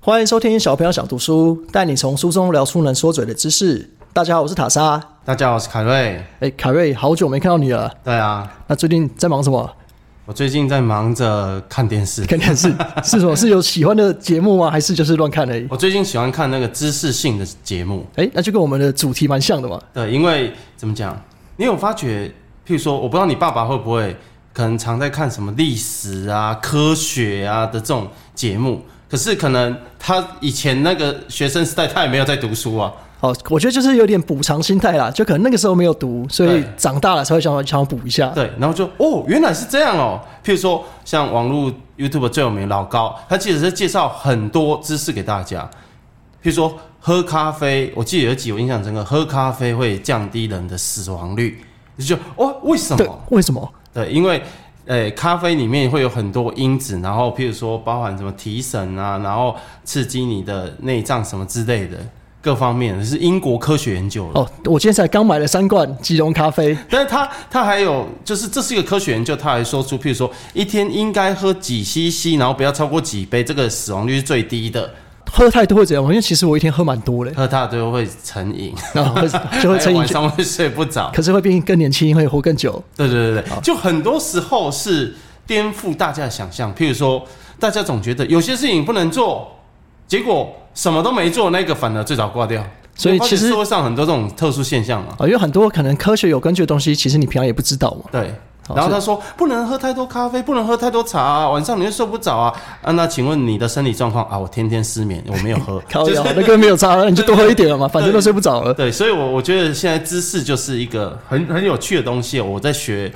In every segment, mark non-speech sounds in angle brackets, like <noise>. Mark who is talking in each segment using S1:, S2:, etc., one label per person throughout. S1: 欢迎收听小朋友想读书，带你从书中聊出能说嘴的知识。大家好，我是塔莎。
S2: 大家好，我是凯瑞。
S1: 哎，凯瑞，好久没看到你了。
S2: 对啊，
S1: 那最近在忙什 <laughs> 么？
S2: 我最近在忙着看电视。
S1: 看电视是什么？是有喜欢的节目吗？还是就是乱看而已？
S2: 我最近喜欢看那个知识性的节目。
S1: 哎，那就跟我们的主题蛮像的嘛。
S2: 对，因为怎么讲，你有发觉，譬如说，我不知道你爸爸会不会可能常在看什么历史啊、科学啊的这种节目，可是可能他以前那个学生时代他也没有在读书啊。
S1: 好，我觉得就是有点补偿心态啦，就可能那个时候没有读，所以
S2: 对
S1: 长大了才会想要想要补一 <laughs> 下。
S2: 对，然后就哦，原来是这样哦。譬如说，像网络 YouTube 最有名的老高，他其实是介绍很多知识给大家，譬如说喝咖啡，我记得有一集我印象深刻，喝咖啡会降低人的死亡率，你就哦，为什
S1: 对
S2: 么？，
S1: 为什么？
S2: 对，因为呃，咖啡里面会有很多因子，然后譬如说包含什么提神啊，然后刺激你的内脏什么之类的，各方面是英国科学研究的。
S1: 哦，我今天才刚买了三罐吉隆咖啡，
S2: 但是他他还有就是这是一个科学研究，他还说出，譬如说一天应该喝几 CC，然后不要超过几杯，这个死亡率是最低的，
S1: 喝太多会怎样？因为其实我一天喝蛮多 <laughs> 的，
S2: 喝大都会成瘾，
S1: 然后会 <laughs> 就会成
S2: 还有
S1: 瘾
S2: 晚，上会睡不着。
S1: 可是会变更年轻，会活更久。
S2: 对对对对，就很多时候是颠覆大家的想象，譬如说大家总觉得有些事情不能做，结果什么都没做，那个反而最早挂掉。
S1: 所以
S2: 你会发觉
S1: 其实
S2: 社会上很多这种特殊现象嘛
S1: 啊、，因为很多可能科学有根据的东西，其实你平常也不知道嘛。
S2: 对。
S1: 好
S2: 然后
S1: 是。
S2: 他说不能喝太多咖啡，不能喝太多茶、啊，晚上你会睡不着啊。啊，那请问你的生理状况啊？我天天失眠，我没有喝
S1: <laughs> 靠腰，那个没有差，那你就多喝一点了嘛，反正都睡不着了。
S2: <laughs> 对，所以我，我觉得现在知识就是一个很很有趣的东西，我在学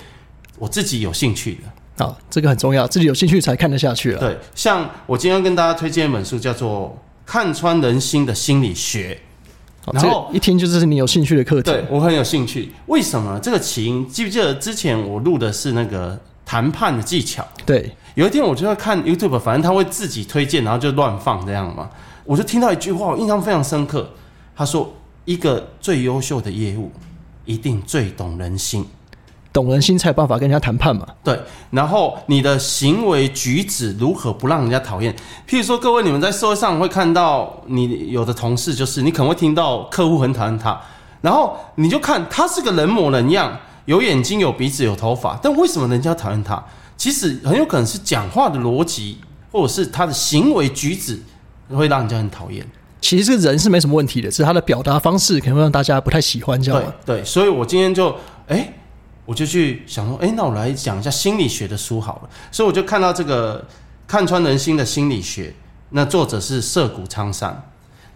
S2: 我自己有兴趣的。
S1: 好，这个很重要，自己有兴趣才看得下去啊。
S2: 对，像我今天跟大家推荐一本书，叫做《看穿人心的心理学》。
S1: 好，
S2: 然后
S1: 这一听就是你有兴趣的课题。
S2: 对我很有兴趣，为什么？这个起因记不记得之前我录的是那个谈判的技巧？
S1: 对，
S2: 有一天我就在看 YouTube，反正他会自己推荐，然后就乱放这样嘛。我就听到一句话，我印象非常深刻。他说：“一个最优秀的业务，一定最懂人心。
S1: 懂人心才有办法跟人家谈判嘛。”
S2: 对，然后你的行为举止如何不让人家讨厌？譬如说，各位你们在社会上会看到，你有的同事就是你可能会听到客户很讨厌他，然后你就看他是个人模人样，有眼睛、有鼻子、有头发，但为什么人家讨厌他？其实很有可能是讲话的逻辑，或者是他的行为举止会让人家很讨厌。
S1: 其实这个人是没什么问题的，只是他的表达方式可能会让大家不太喜欢，这样吗？
S2: 对对，所以我今天就哎、我就去想说，哎、那我来讲一下心理学的书好了。所以我就看到这个《看穿人心的心理学》，那作者是涩谷昌善。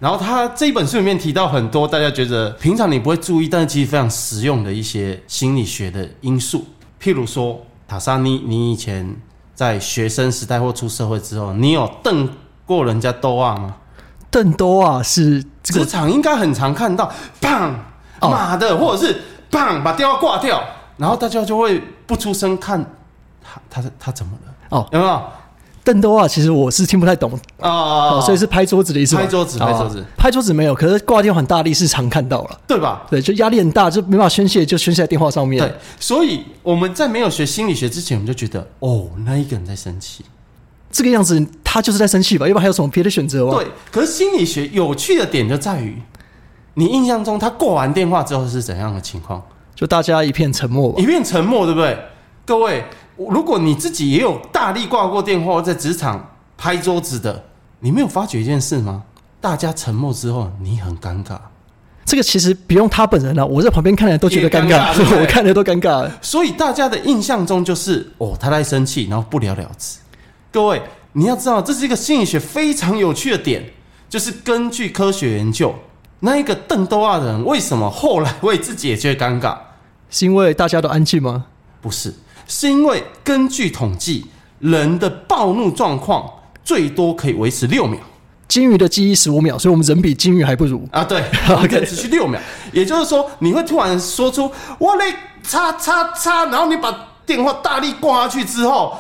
S2: 然后他这一本书里面提到很多大家觉得平常你不会注意，但是其实非常实用的一些心理学的因素，譬如说塔莎你你以前在学生时代或出社会之后，你有瞪过人家兜啊吗？
S1: 邓多啊，是这
S2: 职
S1: 个
S2: 场应该很常看到，砰，
S1: 哦
S2: 妈的，或者是砰，把电话挂掉，然后大家就会不出声看他他他怎么了？
S1: 哦，
S2: 有没啊有啊
S1: 邓多啊，其实我是听不太懂，哦，所以是拍桌子的意思吗。
S2: 拍桌子
S1: 哦
S2: 拍桌子
S1: 拍桌子没有，可是挂电话很大力是常看到了。
S2: 对吧？
S1: 对，就压力很大，就没办法宣泄，就宣泄在电话上面。
S2: 对，所以我们在没有学心理学之前，我们就觉得哦，那一个人在生气。
S1: 这个样子，他就是在生气吧？要不然还有什么别的选择吗？
S2: 对，可是心理学有趣的点就在于，你印象中他挂完电话之后是怎样的情况？
S1: 就大家一片沉默吧。
S2: 一片沉默，对不对？各位，我如果你自己也有大力挂过电话，或在职场拍桌子的，你没有发觉一件事吗？大家沉默之后，你很尴尬。
S1: 这个其实不用他本人了、我在旁边看的人都觉得尴尬，
S2: 也尴尬对不对
S1: <laughs> 我看的都尴尬。
S2: 所以大家的印象中就是，哦，他在生气，然后不了了之。各位，你要知道，这是一个心理学非常有趣的点，就是根据科学研究，那一个邓多亚的人为什么后来为自己也觉得尴尬？
S1: 是因为大家都安静吗？
S2: 不是，是因为根据统计，人的暴怒状况最多可以维持六秒
S1: 金鱼的记忆十五秒，所以我们人比金鱼还不如。
S2: 啊，
S1: <laughs>
S2: 对，可以持续六秒。也就是说，你会突然说出“我嘞叉叉叉”，然后你把电话大力挂下去之后，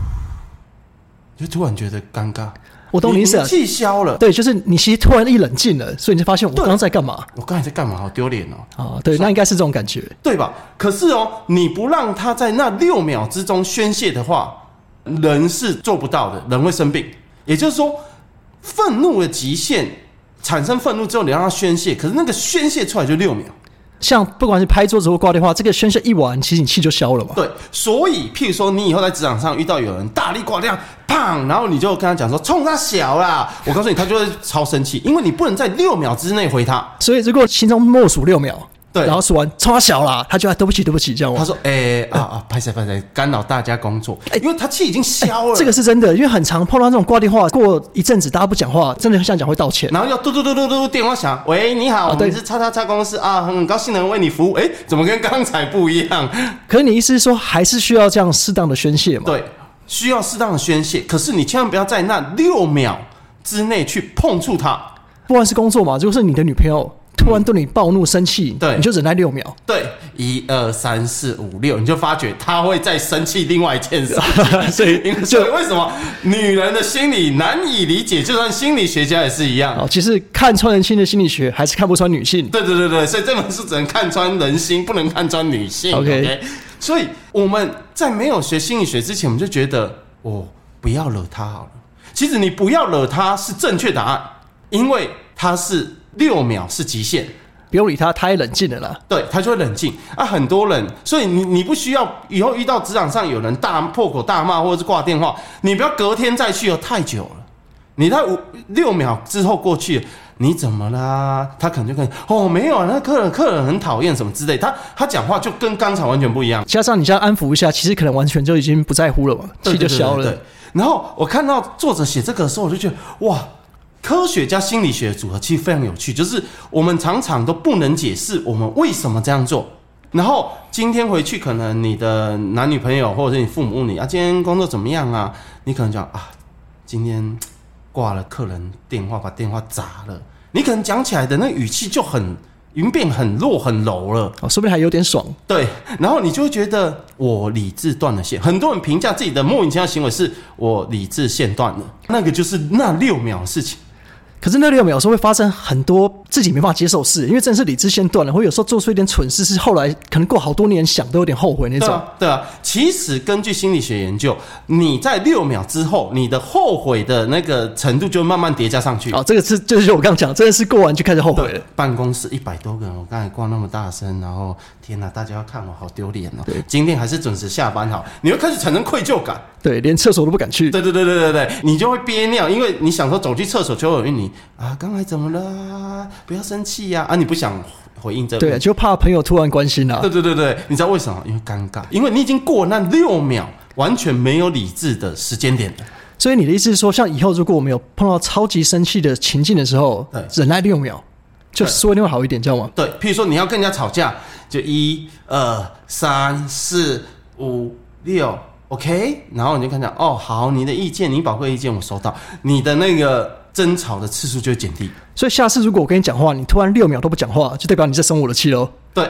S2: <sighs> 你就突然觉得尴尬。
S1: 我懂你意思啊。
S2: 气消了。
S1: 对，就是你其实突然一冷静了，所以你就发现我刚刚在干嘛
S2: 我刚才在干嘛？好丢脸哦。
S1: 啊？对，那应该是这种感觉。
S2: 对吧？可是哦，你不让他在那六秒之中宣泄的话，人是做不到的，人会生病。也就是说，愤怒的极限，产生愤怒之后，你让它宣泄，可是那个宣泄出来就六秒。
S1: 像不管是拍桌子或挂电话，这个宣泄一完，其实你气就消了嘛。
S2: 对，所以譬如说，你以后在职场上遇到有人大力挂量，砰，然后你就跟他讲说“冲他小啦”，我告诉你，他就会超生气，因为你不能在六秒之内回他。
S1: 所以如果心中默数六秒，
S2: 对
S1: 然后数完冲他小啦，他就哎对不起对不起这样
S2: 他
S1: 吗？
S2: 说：“哎、啊啊，拍谁拍谁，干扰大家工作。因为他气已经消了。
S1: 这个是真的，因为很常碰到这种挂电话，过一阵子大家不讲话，真的很想讲会道歉。
S2: 然后又嘟嘟嘟嘟嘟电话响，喂，你好，
S1: 啊
S2: 我
S1: 对
S2: 们是叉叉叉公司啊，很高兴能为你服务。哎，怎么跟刚才不一样？
S1: 可是你意思是说，还是需要这样适当的宣泄嘛？
S2: 对，需要适当的宣泄，可是你千万不要在那六秒之内去碰触它。
S1: 不管是工作嘛，就是你的女朋友突然对你暴怒生气，
S2: 对
S1: 你就忍耐六秒。
S2: 对，一二三四五六，你就发觉他会再生气另外一件事。
S1: <laughs> 所以
S2: 因为所以为什么女人的心理难以理解，就算心理学家也是一样。
S1: 啊，其实看穿人性的心理学，还是看不穿女性。
S2: 对对对对，所以这本书只能看穿人心，不能看穿女性。
S1: OK
S2: 所以我们在没有学心理学之前，我们就觉得哦，不要惹他好了。其实你不要惹他是正确答案，因为他是六秒是极限。
S1: 不用理他，他也冷静了啦。
S2: 对他就会冷静啊，很多人，所以你你不需要以后遇到职场上有人大破口大骂或者是挂电话，你不要隔天再去哦，太久了，你在五六秒之后过去，你怎么啦？他可能就跟你哦没有啊，那客人客人很讨厌什么之类，他他讲话就跟刚才完全不一样，
S1: 加上你这样安抚一下，其实可能完全就已经不在乎了嘛，气就消
S2: 对对对
S1: 了
S2: 对。然后我看到作者写这个的时候，我就觉得哇，科学加心理学的组合其实非常有趣，就是我们常常都不能解释我们为什么这样做。然后今天回去，可能你的男女朋友或者是你父母问你啊，今天工作怎么样啊？你可能讲啊，今天挂了客人电话，把电话砸了。你可能讲起来的那语气就很云变很弱很柔了。
S1: 哦，说不定还有点爽。
S2: 对，然后你就会觉得我理智断了线。很多人评价自己的莫名其妙行为是我理智线断了，那个就是那六秒的事情。
S1: 可是那六秒有时候会发生很多自己没办法接受的事，因为真的是理智线断了，会有时候做出一点蠢事，是后来可能过好多年想都有点后悔那
S2: 对
S1: 种。
S2: 啊，对啊。其实根据心理学研究，你在六秒之后，你的后悔的那个程度就慢慢叠加上去。
S1: 啊，这个是就是我刚刚讲，真的是过完就开始后悔
S2: 对
S1: 了。，
S2: 办公室一百多个人，我刚才挂那么大声，然后天哪，大家要看我好丢脸哦。今天还是准时下班好，你会开始产生愧疚感。
S1: 对，连厕所都不敢去。
S2: 对对对对对对，你就会憋尿，因为你想说走去厕所就会有人你啊，刚才怎么了啊？不要生气呀、啊！你不想回应这个
S1: 对，就怕朋友突然关心啊。
S2: 对对对对，你知道为什么？因为尴尬，因为你已经过那六秒完全没有理智的时间点了。
S1: 所以你的意思是说，像以后如果我们有碰到超级生气的情境的时候
S2: 对，
S1: 忍耐六秒，就
S2: 对
S1: 说一定会好一点，知道吗？
S2: 对，譬如说你要跟人家吵架，就一二三四五六，OK，然后你就看讲哦，好，你的意见，你宝贵的意见我收到，你的那个争吵的次数就会减低。
S1: 所以下次如果我跟你讲话，你突然六秒都不讲话，就代表你在生我的气
S2: <laughs>
S1: 喽。
S2: 对，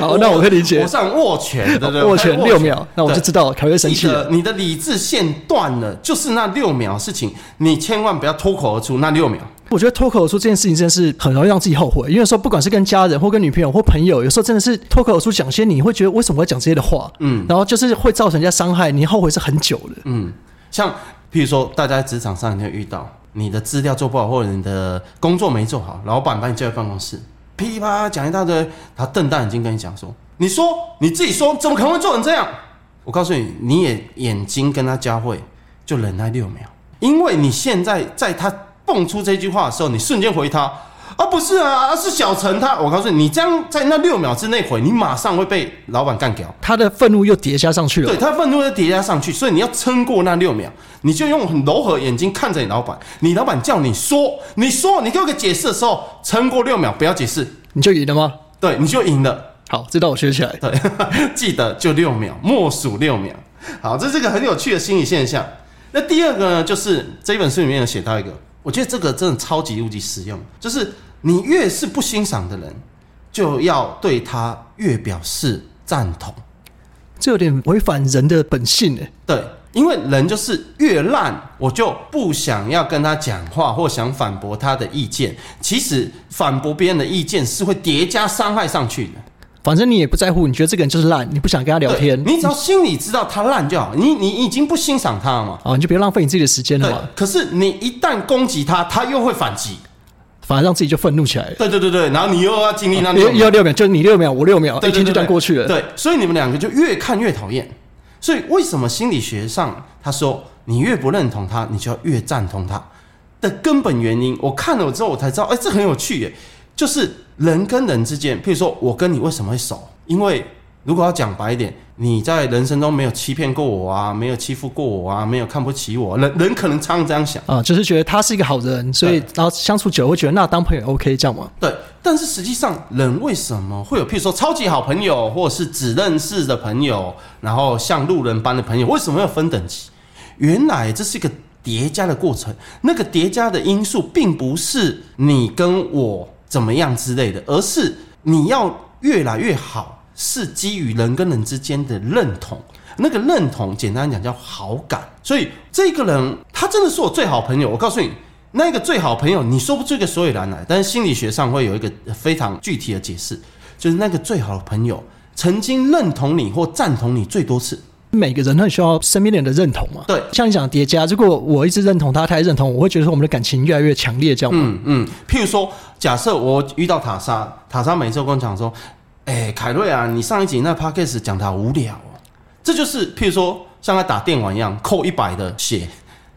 S1: 好，那我可以理解
S2: 我。上握拳，对不对？
S1: 握拳六秒，那我就
S2: 对
S1: 知道凯瑞生气
S2: 你
S1: 了。
S2: 的你的理智线断了，就是那六秒的事情，你千万不要脱口而出那六秒。
S1: 我觉得脱口而出这件事情真的是很容易让自己后悔，因为说不管是跟家人或跟女朋友或朋友，有时候真的是脱口而出讲些你会觉得为什么会讲这些的话，嗯，然后就是会造成人家伤害，你后悔是很久的。
S2: 嗯，像譬如说，大家在职场上你会遇到你的资料做不好，或者你的工作没做好，老板把你叫到办公室，噼里啪啦讲一大堆，他瞪大眼睛跟你讲说：“你说你自己说，怎么可能会做成这样？”我告诉你，你也眼睛跟他交汇，就忍耐六秒，因为你现在在他蹦出这句话的时候，你瞬间回他。啊，不是啊，啊是小陈他，我告诉你，你这样在那六秒之内回，你马上会被老板干掉。
S1: 他的愤怒又叠加上去了
S2: 对，，他愤怒的叠加上去，所以你要撑过那六秒，你就用很柔和的眼睛看着你老板，你老板叫你说，你说，你给我个解释的时候，撑过六秒，不要解释，
S1: 你就赢了吗？
S2: 对，你就赢了。 <laughs>
S1: 好，这道我学起来。
S2: 对，记得就六秒，默数六秒。好，这是个很有趣的心理现象。那第二个呢，就是这本书里面有写到一个，我觉得这个真的超级无敌实用，就是你越是不欣赏的人，就要对他越表示赞同。
S1: 这有点违反人的本性诶。
S2: 对，因为人就是越烂，我就不想要跟他讲话或想反驳他的意见。其实反驳别人的意见是会叠加伤害上去的。
S1: 反正你也不在乎，你觉得这个人就是烂，你不想跟他聊
S2: 对
S1: 天，
S2: 你只要心里知道他烂就好，你你已经不欣赏他了嘛。
S1: 啊，你就别浪费你自己的时间了
S2: 对
S1: 嘛，，
S2: 可是你一旦攻击他，他又会反击。
S1: 反而让自己就愤怒起来了。
S2: 对对对对，然后你又要经历
S1: <laughs>
S2: 那
S1: 要
S2: 六
S1: 要六秒，就是你六秒，我六秒，
S2: 对
S1: 一天就这样过去了。
S2: 对，所以你们两个就越看越讨厌。所以为什么心理学上他说你越不认同他，你就要越赞同他的根本原因？我看了我之后我才知道，哎、这很有趣耶，就是人跟人之间，譬如说我跟你为什么会熟，因为如果要讲白一点，你在人生中没有欺骗过我啊，没有欺负过我啊，没有看不起我，人人可能常常这样想。
S1: 啊，就是觉得他是一个好人，所以然后相处久了会觉得那当朋友 OK 这样吗？
S2: 对，但是实际上人为什么会有，譬如说超级好朋友，或者是只认识的朋友，然后像路人般的朋友，为什么要分等级？原来这是一个叠加的过程，那个叠加的因素并不是你跟我怎么样之类的，而是你要越来越好，是基于人跟人之间的认同。那个认同，简单讲叫好感。所以这个人他真的是我最好朋友。我告诉你，那个最好朋友，你说不出一个所以然来。但是心理学上会有一个非常具体的解释，就是那个最好的朋友曾经认同你或赞同你最多次。
S1: 每个人都很需要身边的人的认同嘛。
S2: 对
S1: 像你讲的叠加，如果我一直认同他，他也认同我，我会觉得说我们的感情越来越强烈，这样嘛。
S2: 嗯嗯，譬如说，假设我遇到塔莎，塔莎每次都跟我讲说：“哎、凯瑞啊，你上一集那 podcast 讲的好无聊哦。”这就是譬如说，像他打电玩一样，扣一百的血。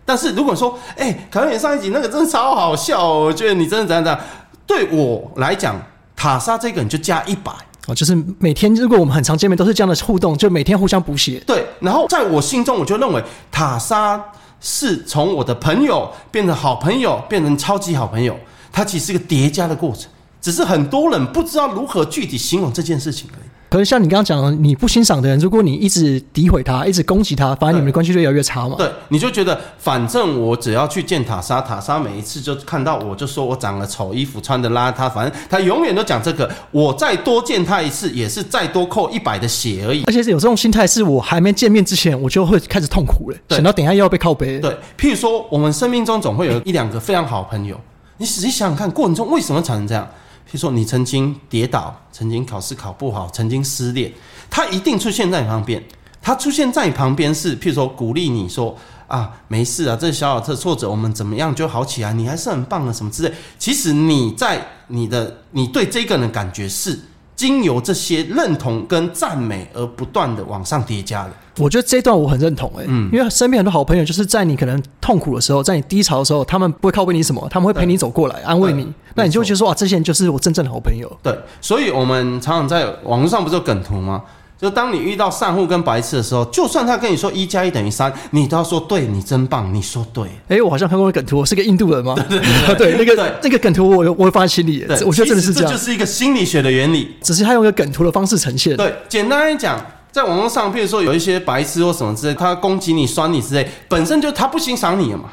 S2: 但是如果说：“哎、凯瑞，你上一集那个真的超好笑哦，我觉得你真的怎样怎样。”对我来讲，塔莎这个人就加一百。
S1: 哦，就是每天如果我们很常见面，都是这样的互动，就每天互相补血。
S2: 对，然后在我心中，我就认为塔莎是从我的朋友变成好朋友，变成超级好朋友，它其实是个叠加的过程，只是很多人不知道如何具体形容这件事情而已。
S1: 可是像你刚刚讲的，你不欣赏的人，如果你一直诋毁他，一直攻击他，反而你们的关系就越来越差嘛。
S2: 对，你就觉得反正我只要去见塔莎，塔莎每一次就看到我就说我长得丑，衣服穿的邋遢，反正她永远都讲这个。我再多见她一次，也是再多扣一百的血而已。
S1: 而且有这种心态，是我还没见面之前，我就会开始痛苦了，
S2: 对
S1: 想到等一下又要被靠背。
S2: 对，譬如说，我们生命中总会有一两个非常好的朋友，你仔细想想看，过程中为什么产生这样？譬如说，你曾经跌倒，曾经考试考不好，曾经失恋，他一定出现在你旁边。他出现在你旁边是，譬如说鼓励你说啊，没事啊，这小小的挫折，我们怎么样就好起来，你还是很棒啊的，什么之类。其实你在你的你对这个人的感觉是经由这些认同跟赞美而不断的往上叠加的。
S1: 我觉得这一段我很认同、欸，
S2: 嗯
S1: 因为身边很多好朋友就是在你可能痛苦的时候，在你低潮的时候，他们不会靠背你什么，他们会陪你走过来，安慰你
S2: 对，
S1: 那你就会觉得说啊哇，这些人就是我真正的好朋友。
S2: 对，所以我们常常在网络上不是有梗图吗？就当你遇到散户跟白痴的时候，就算他跟你说一加一等于三，你都要说对你真棒，你说对。
S1: 哎、我好像看过那个梗图，我是个印度人吗？ <laughs> 对那
S2: 对
S1: 个那个梗图我有我会放在心里耶
S2: 对，，
S1: 我觉得真的是
S2: 其实
S1: 这
S2: 这
S1: 样，
S2: 就是一个心理学的原理。
S1: 只是他用一个梗图的方式呈现。
S2: 对，简单来讲，在网络上，譬如说有一些白痴或什么之类，他攻击你、酸你之类，本身就他不欣赏你了嘛，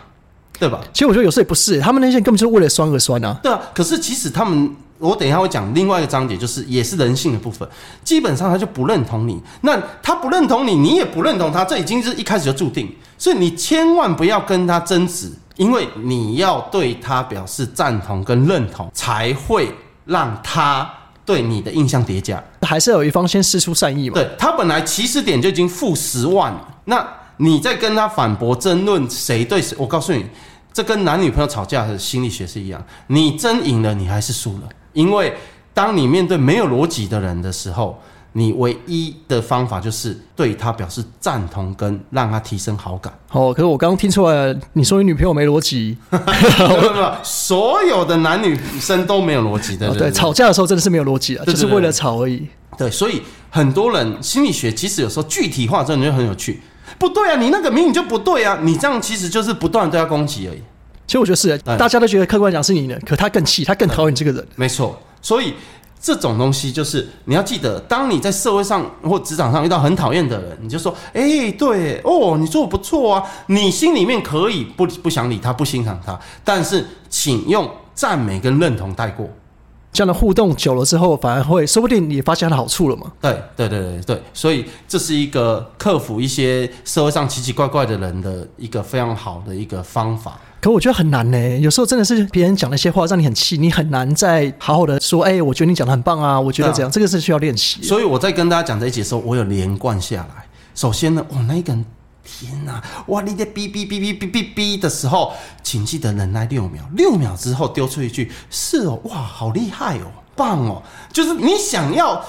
S2: 对吧？
S1: 其实我觉得有时候也不是、他们那些人根本就是为了酸而酸啊。
S2: 对啊，可是其实他们，我等一下会讲另外一个章节，就是也是人性的部分。基本上他就不认同你，那他不认同你，你也不认同他，这已经是一开始就注定。所以你千万不要跟他争执，因为你要对他表示赞同跟认同，才会让他对你的印象叠加。
S1: 还是要有一方先施出善意嘛。
S2: 对他本来起始点就已经负十万了，那你在跟他反驳争论谁对谁，我告诉你，这跟男女朋友吵架的心理学是一样，你真赢了，你还是输了，因为当你面对没有逻辑的人的时候，你唯一的方法就是对他表示赞同跟让他提升好 <laughs> 感。
S1: 哦，可是我刚刚听出来了，你说你女朋友没逻辑，
S2: 没有没有没有，所有的男女生都没有逻辑的
S1: 哦
S2: 人，
S1: 对，吵架的时候真的是没有逻辑啊，
S2: 对
S1: 就
S2: 对
S1: 是为
S2: 对
S1: 了吵而已。
S2: 对，所以很多人心理学其实有时候具体化真的就很有趣。不对啊，你那个明明就不对啊，你这样其实就是不断地对他攻击而已。
S1: 其实我觉得是，
S2: 对
S1: 大家都觉得客观讲是你的，可他更气，他更讨厌你这个人。
S2: 没错，所以这种东西就是你要记得，当你在社会上或职场上遇到很讨厌的人，你就说：“哎、对哦，你做的不错啊。”你心里面可以不不想理他，不欣赏他，但是请用赞美跟认同带过。
S1: 这样的互动久了之后，反而会说不定你也发现他的好处了嘛。
S2: 对对对对对，所以这是一个克服一些社会上奇奇怪怪的人的一个非常好的一个方法。
S1: 可我觉得很难呢、有时候真的是别人讲那些话让你很气，你很难再好好的说，哎、我觉得你讲的很棒啊，我觉得怎样，这个是需要练习。
S2: 所以我在跟大家讲这一集的时候，我有连贯下来。首先呢，哇，那一个人，天哪、哇，你在哔哔哔哔哔哔哔的时候，请记得忍耐六秒，六秒之后丢出一句“是哦，哇，好厉害哦，棒哦”，就是你想要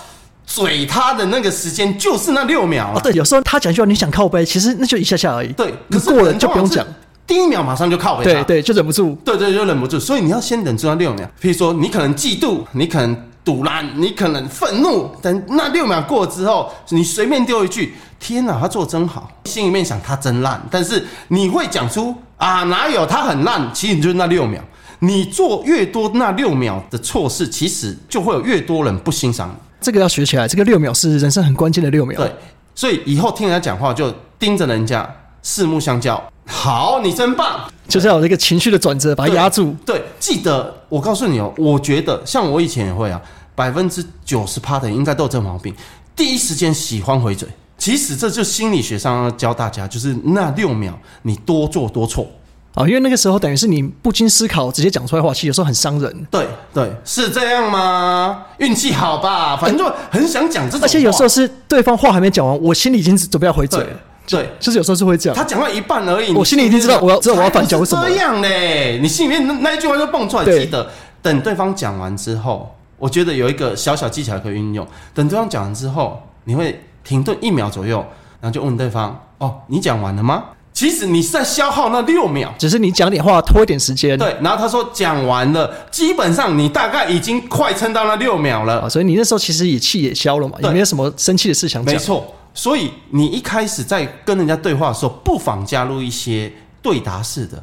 S2: 嘴他的那个时间，就是那六秒
S1: 哦，
S2: 啊。
S1: 对，有时候他讲一句话你想靠背，其实那就一下下而已。
S2: 对，
S1: 你
S2: 可是
S1: 过了就不用讲。，
S2: 第一秒马上就靠回
S1: 对
S2: 他。
S1: 对，就忍不住。
S2: 对对，就忍不住，所以你要先忍住那六秒。譬如说，你可能嫉妒，你可能堵拦，你可能愤怒，等那六秒过了之后，你随便丢一句“天哪，他做真好”，心里面想他真烂，但是你会讲出“啊，哪有他很烂”，其实你就是那六秒。你做越多那六秒的错事，其实就会有越多人不欣赏你。
S1: 这个要学起来，这个六秒是人生很关键的六秒。啊
S2: 对，所以以后听人家讲话就盯着人家，四目相交。好，你真棒。
S1: 就是要有一个情绪的转折，把它压住。
S2: 对，记得我告诉你哦，我觉得像我以前也会啊，百分之九十趴的人应该都有这毛病，第一时间喜欢回嘴。其实这就心理学上要教大家，就是那六秒你多做多错。
S1: 啊、因为那个时候等于是你不经思考直接讲出来的话，其实有时候很伤人，
S2: 对对，是这样吗？运气好吧，反正就很想讲这种话。
S1: 而且有时候是对方话还没讲完，我心里已经准备要回嘴了。
S2: 对对
S1: 就是有时候是会这样
S2: 他。讲到一半而已，
S1: 我心里已经知道我要知道我要反
S2: 讲
S1: 讲为什么了
S2: 这样嘞，你心里面那那一句话就蹦出来，
S1: 对
S2: 记得等对方讲完之后，我觉得有一个小小技巧可以运用。等对方讲完之后，你会停顿一秒左右，然后就问对方：“哦，你讲完了吗？”其实你是在消耗那六秒。
S1: 只是你讲点话拖一点时间，
S2: 对，然后他说讲完了，基本上你大概已经快撑到那六秒了
S1: 啊，。所以你那时候其实也气也消了嘛，也
S2: 对
S1: 没有什么生气的事想
S2: 没
S1: 讲。
S2: 错，所以你一开始在跟人家对话的时候，不妨加入一些对答式的。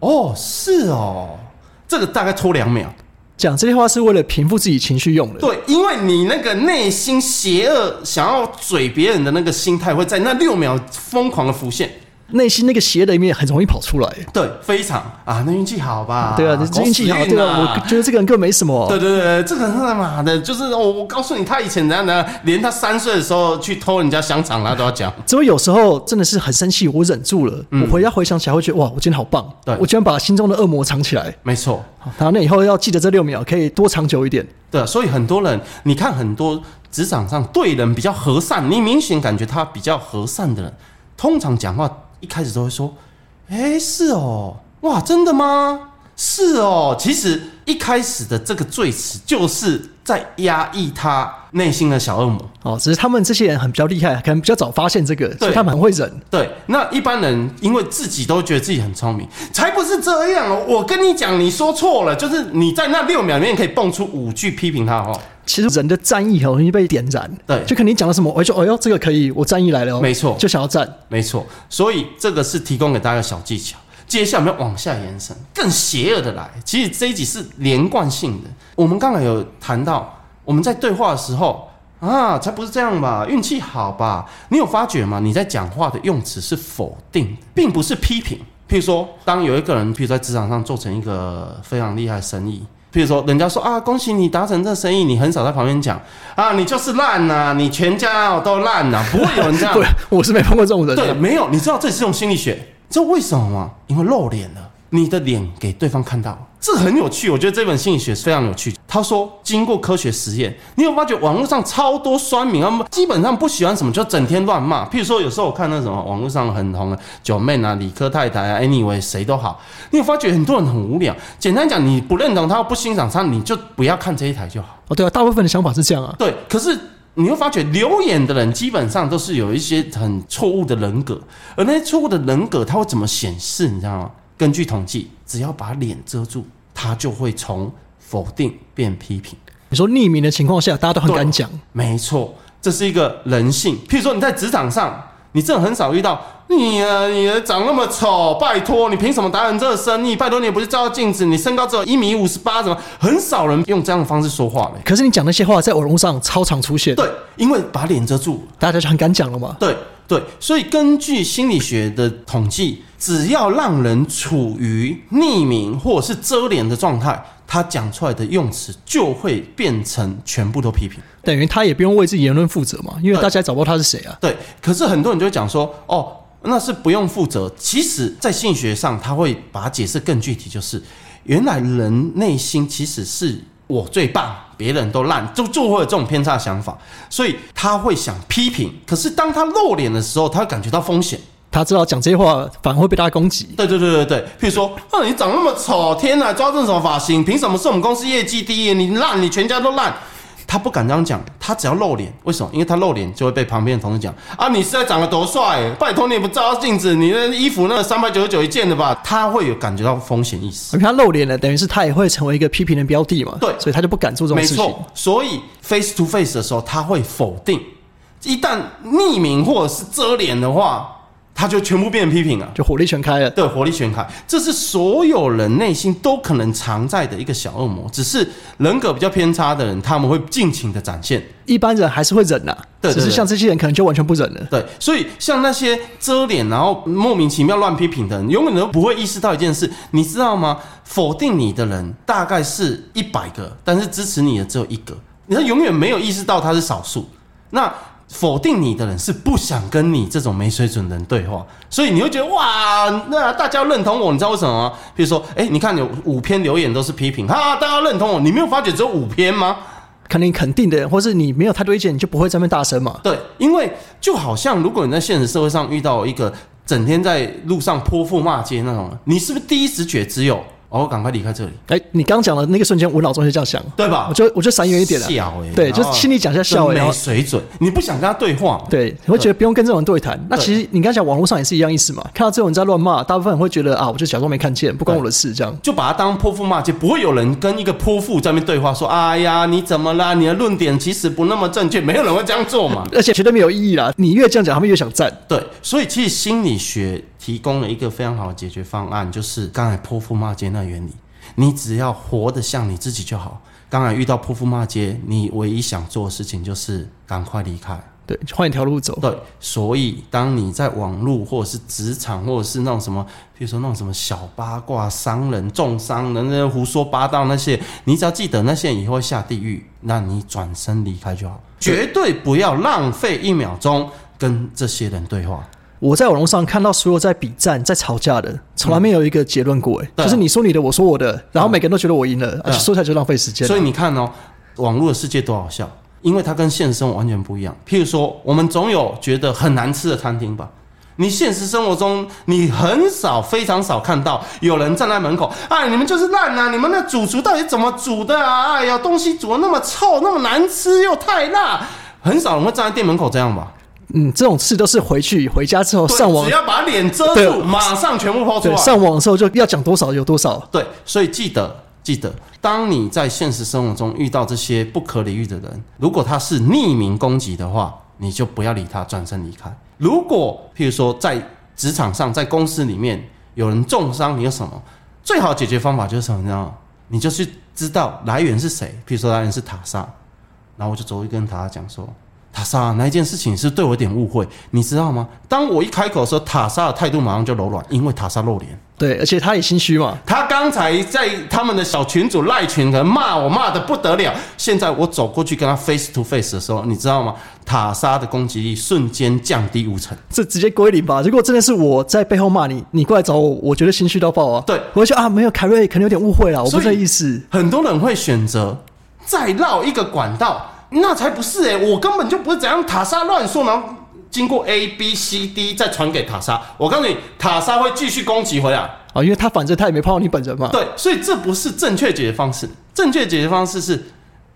S2: 哦，是哦，这个大概拖两秒。
S1: 讲这些话是为了平复自己情绪用的。
S2: 对，因为你那个内心邪恶想要嘴别人的那个心态，会在那六秒疯狂的浮现。
S1: 内心那个邪的一面很容易跑出来。
S2: 对，非常啊，那运气好吧？
S1: 对啊，
S2: 狗
S1: 你运气好，
S2: 屎运
S1: 对啊，我觉得这个人根本没什么。
S2: 对对对，这个他妈的，就是哦我我告诉你，他以前怎样怎样，连他三岁的时候去偷人家香肠，他都要讲。
S1: 只有有时候真的是很生气，我忍住了，我回家回想起来会觉得哇，我今天好棒，
S2: 嗯对
S1: 我居然把心中的恶魔藏起来。
S2: 没错，
S1: 好然后那以后要记得这六秒，可以多长久一点。
S2: 对啊，所以很多人，你看很多职场上对人比较和善，你明显感觉他比较和善的人，通常讲话一开始都会说：“哎、是哦，哇，真的吗？是哦。”其实一开始的这个罪词，就是在压抑他内心的小恶魔。
S1: 哦，只是他们这些人很比较厉害，可能比较早发现这个，所以他们很会忍。
S2: 对，那一般人因为自己都觉得自己很聪明，才不是这样哦！我跟你讲，你说错了，就是你在那六秒里面可以蹦出五句批评他的哦话。
S1: 其实人的战意很容易被点燃，
S2: 对
S1: 就可能你讲了什么，我就哎呦，这个可以，我战意来了哦，
S2: 没错
S1: 就想要战。
S2: 没错，所以这个是提供给大家的小技巧。接下来我们要往下延伸，更邪恶的来。其实这一集是连贯性的。我们刚才有谈到，我们在对话的时候啊，才不是这样吧？运气好吧？你有发觉吗？你在讲话的用词是否定的，并不是批评。譬如说，当有一个人，譬如在职场上做成一个非常厉害的生意，譬如说，人家说啊，恭喜你达成这生意，你很少在旁边讲啊，你就是烂呐、你全家哦都烂呐、不会有人这样
S1: 不， <laughs> 我是没碰过这种人
S2: 对，
S1: 的。
S2: 没有，你知道这是一种心理学，知道为什么吗？因为露脸了，你的脸给对方看到了，这很有趣。我觉得这本心理学非常有趣。他说，经过科学实验，你有发觉网络上超多酸民，他们基本上不喜欢什么就整天乱骂。譬如说，有时候我看那什么网络上很红的九妹啊、理科太太啊，anyway 谁都好，你有发觉很多人很无聊。简单讲，你不认同他、不欣赏他，你就不要看这一台就好。
S1: 哦，对啊，大部分的想法是这样啊。
S2: 对，可是你会发觉留言的人基本上都是有一些很错误的人格，而那些错误的人格，他会怎么显示？你知道吗？根据统计，只要把脸遮住，他就会从否定变批评。
S1: 你说匿名的情况下，大家都很
S2: 对
S1: 敢讲，
S2: 没错，这是一个人性。譬如说你在职场上，你真的很少遇到你啊，你长那么丑，拜托你凭什么达成这个生意？拜托你也不是照照镜子，你身高只有一米五十八，怎么很少人用这样的方式说话嘞？
S1: 可是你讲那些话在网络上超常出现，
S2: 对，因为把脸遮住，
S1: 大家就很敢讲了嘛。
S2: 对对，所以根据心理学的统计，只要让人处于匿名或者是遮脸的状态，他讲出来的用词就会变成全部都批评。
S1: 等于他也不用为自己言论负责嘛，因为
S2: 对
S1: 大家也找不到他是谁啊。
S2: 对，可是很多人就会讲说，哦，那是不用负责。其实，在性学上，他会把它解释更具体，就是原来人内心其实是我最棒，别人都烂，就就会有这种偏差想法，所以他会想批评。可是当他露脸的时候，他会感觉到风险。
S1: 他知道讲这些话反而会被大家攻击，
S2: 对对对对对，譬如说，啊，你长那么丑，天哪，抓这种发型，凭什么是我们公司业绩第一？你烂，你全家都烂。他不敢这样讲，他只要露脸，为什么？因为他露脸就会被旁边的同事讲啊，你实在长得多帅，拜托你也不照照镜子，你的衣服那三百九十九一件的吧？他会有感觉到风险意识。
S1: 因为他露脸了，等于是他也会成为一个批评的标的嘛。
S2: 对
S1: 所以他就不敢做这种
S2: 没
S1: 事情
S2: 错。，所以 face to face 的时候，他会否定；一旦匿名或者是遮脸的话，他就全部变批评了。
S1: 就火力全开了。
S2: 对，活力全开，这是所有人内心都可能藏在的一个小恶魔，只是人格比较偏差的人，他们会尽情的展现。
S1: 一般人还是会忍呐、
S2: 对对
S1: 只是
S2: 对
S1: 像这些人可能就完全不忍了。
S2: 对，所以像那些遮脸然后莫名其妙乱批评的人，永远都不会意识到一件事，你知道吗？否定你的人大概是一百个，但是支持你的只有一个，你他永远没有意识到他是少数。那否定你的人是不想跟你这种没水准的人对话，所以你会觉得哇，那大家认同我，你知道为什么吗？比如说，哎、你看有五篇留言都是批评，哈，大家认同我，你没有发觉只有五篇吗？
S1: 可能你肯定的人，或是你没有太多意见，你就不会这么大声嘛。
S2: 对，因为就好像如果你在现实社会上遇到一个整天在路上泼妇骂街那种人，你是不是第一直觉只有哦，赶快离开这里，
S1: 哎、你刚讲的那个瞬间，我脑中就这样想，
S2: 对吧
S1: 我？就我就闪远一点了。啊
S2: 笑哎、
S1: 对，
S2: 然
S1: 就
S2: 后
S1: 心里讲一下笑
S2: 真
S1: 哎、然
S2: 没
S1: 后
S2: 水准，你不想跟他对话，
S1: 对，你会觉得不用跟这种人对谈。那
S2: 对
S1: 其实你刚才讲网络上也是一样意思嘛，看到这种人在乱骂，大部分人会觉得啊，我就假装没看见，不关我的事这样。
S2: 就把他当泼妇骂街，不会有人跟一个泼妇在那边对话说，哎呀，你怎么啦？你的论点其实不那么正确，没有人会这样做嘛。
S1: 而且绝对没有意义啦！你越这样讲，他们越想站。
S2: 对，所以其实心理学提供了一个非常好的解决方案，就是刚才泼妇骂街那原理。你只要活得像你自己就好。刚才遇到泼妇骂街，你唯一想做的事情就是赶快离开。
S1: 对，换一条路走。
S2: 对，所以当你在网络或者是职场，或者是那种什么，比如说那种什么小八卦、伤人、重伤人、那些胡说八道那些，你只要记得那些人以后会下地狱，那你转身离开就好，绝对不要浪费一秒钟跟这些人对话。
S1: 我在网络上看到所有在比战、在吵架的，从来没有一个结论过、欸，
S2: 对啊
S1: 就是你说你的，我说我的，然后每个人都觉得我赢了，啊
S2: 对啊
S1: 说起来就浪费时间了。
S2: 所以你看哦，网络的世界多好笑，因为它跟现实生活完全不一样。譬如说，我们总有觉得很难吃的餐厅吧。你现实生活中，你很少、非常少看到有人站在门口，哎，你们就是烂啊！你们那主厨到底怎么煮的啊？哎呀，东西煮的那么臭，那么难吃，又太辣，很少人会站在店门口这样吧？
S1: 嗯，这种事都是回去回家之后哦上网
S2: 只，要把脸遮
S1: 对
S2: 住，马上全部抛出
S1: 对，
S2: 来。
S1: 上网的时候就要讲多少有多少。
S2: 对，所以记得记得，当你在现实生活中遇到这些不可理喻的人，如果他是匿名攻击的话，你就不要理他，转身离开。如果譬如说在职场上，在公司里面有人重伤，你有什么最好解决方法就是什么？你知道吗？你就去知道来源是谁，譬如说来源是塔莎，然后我就走过去跟塔莎讲说。塔莎，那一件事情是对我有点误会，你知道吗？当我一开口的时候，塔莎的态度马上就柔软，因为塔莎露脸。
S1: 对，而且他也心虚嘛，
S2: 他刚才在他们的小群组赖群，可能骂我骂的不得了。现在我走过去跟他 face to face 的时候，你知道吗？塔莎的攻击力瞬间降低五成。
S1: 这直接归零吧。如果真的是我在背后骂你，你过来找我，我觉得心虚到爆啊。
S2: 对
S1: 我会说啊，没有，凯瑞可能有点误会了，我不
S2: 所以
S1: 是这意思。
S2: 很多人会选择再绕一个管道，那才不是哎、我根本就不是怎样塔莎乱说，然后经过 A B C D 再传给塔莎。我告诉你，塔莎会继续攻击回来。
S1: 啊，因为他反正他也没碰到你本人嘛。
S2: 对，所以这不是正确解决方式。正确解决方式是，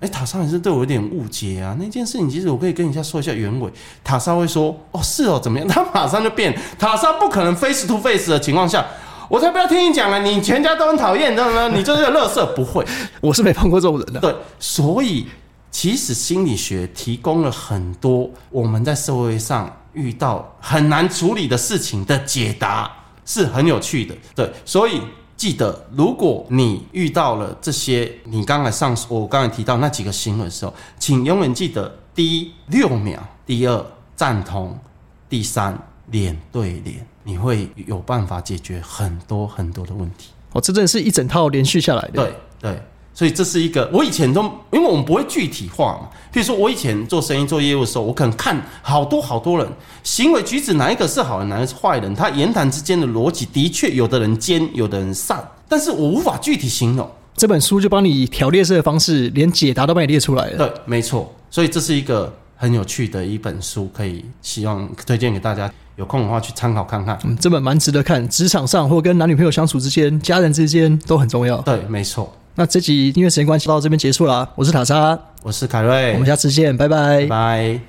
S2: 哎，塔莎也是对我有点误解啊。那件事情其实我可以跟你再说一下原委。塔莎会说，哦，是哦，怎么样？他马上就变。塔莎不可能 face to face 的情况下，我才不要听你讲了，啊你全家都很讨厌，你知道吗？你就是个垃圾，不会。
S1: 我是没碰过这种人的、
S2: 对，所以其实心理学提供了很多我们在社会上遇到很难处理的事情的解答，是很有趣的。对，所以记得，如果你遇到了这些你刚才上我刚才提到那几个行为的时候，请永远记得：第一，六秒；第二，赞同；第三，脸对脸。你会有办法解决很多很多的问题。
S1: 哦，这真的是一整套连续下来的。
S2: 对对，所以这是一个我以前都，因为我们不会具体化嘛。譬如说我以前做生意、做业务的时候，我可能看好多好多人行为举止，哪一个是好人，哪一个是坏人，他言谈之间的逻辑，的确有的人奸，有的人善，但是我无法具体形容。
S1: 这本书就帮你以条列式的方式，连解答都帮你列出来了。
S2: 对，没错。所以这是一个很有趣的一本书，可以希望推荐给大家，有空的话去参考看看。
S1: 嗯，这本蛮值得看，职场上或跟男女朋友相处之间、家人之间都很重要。
S2: 对，没错。
S1: 那这集因为时间关系到这边结束啦，我是塔莎，
S2: 我是凯瑞，
S1: 我们下次见，拜拜
S2: 拜。拜。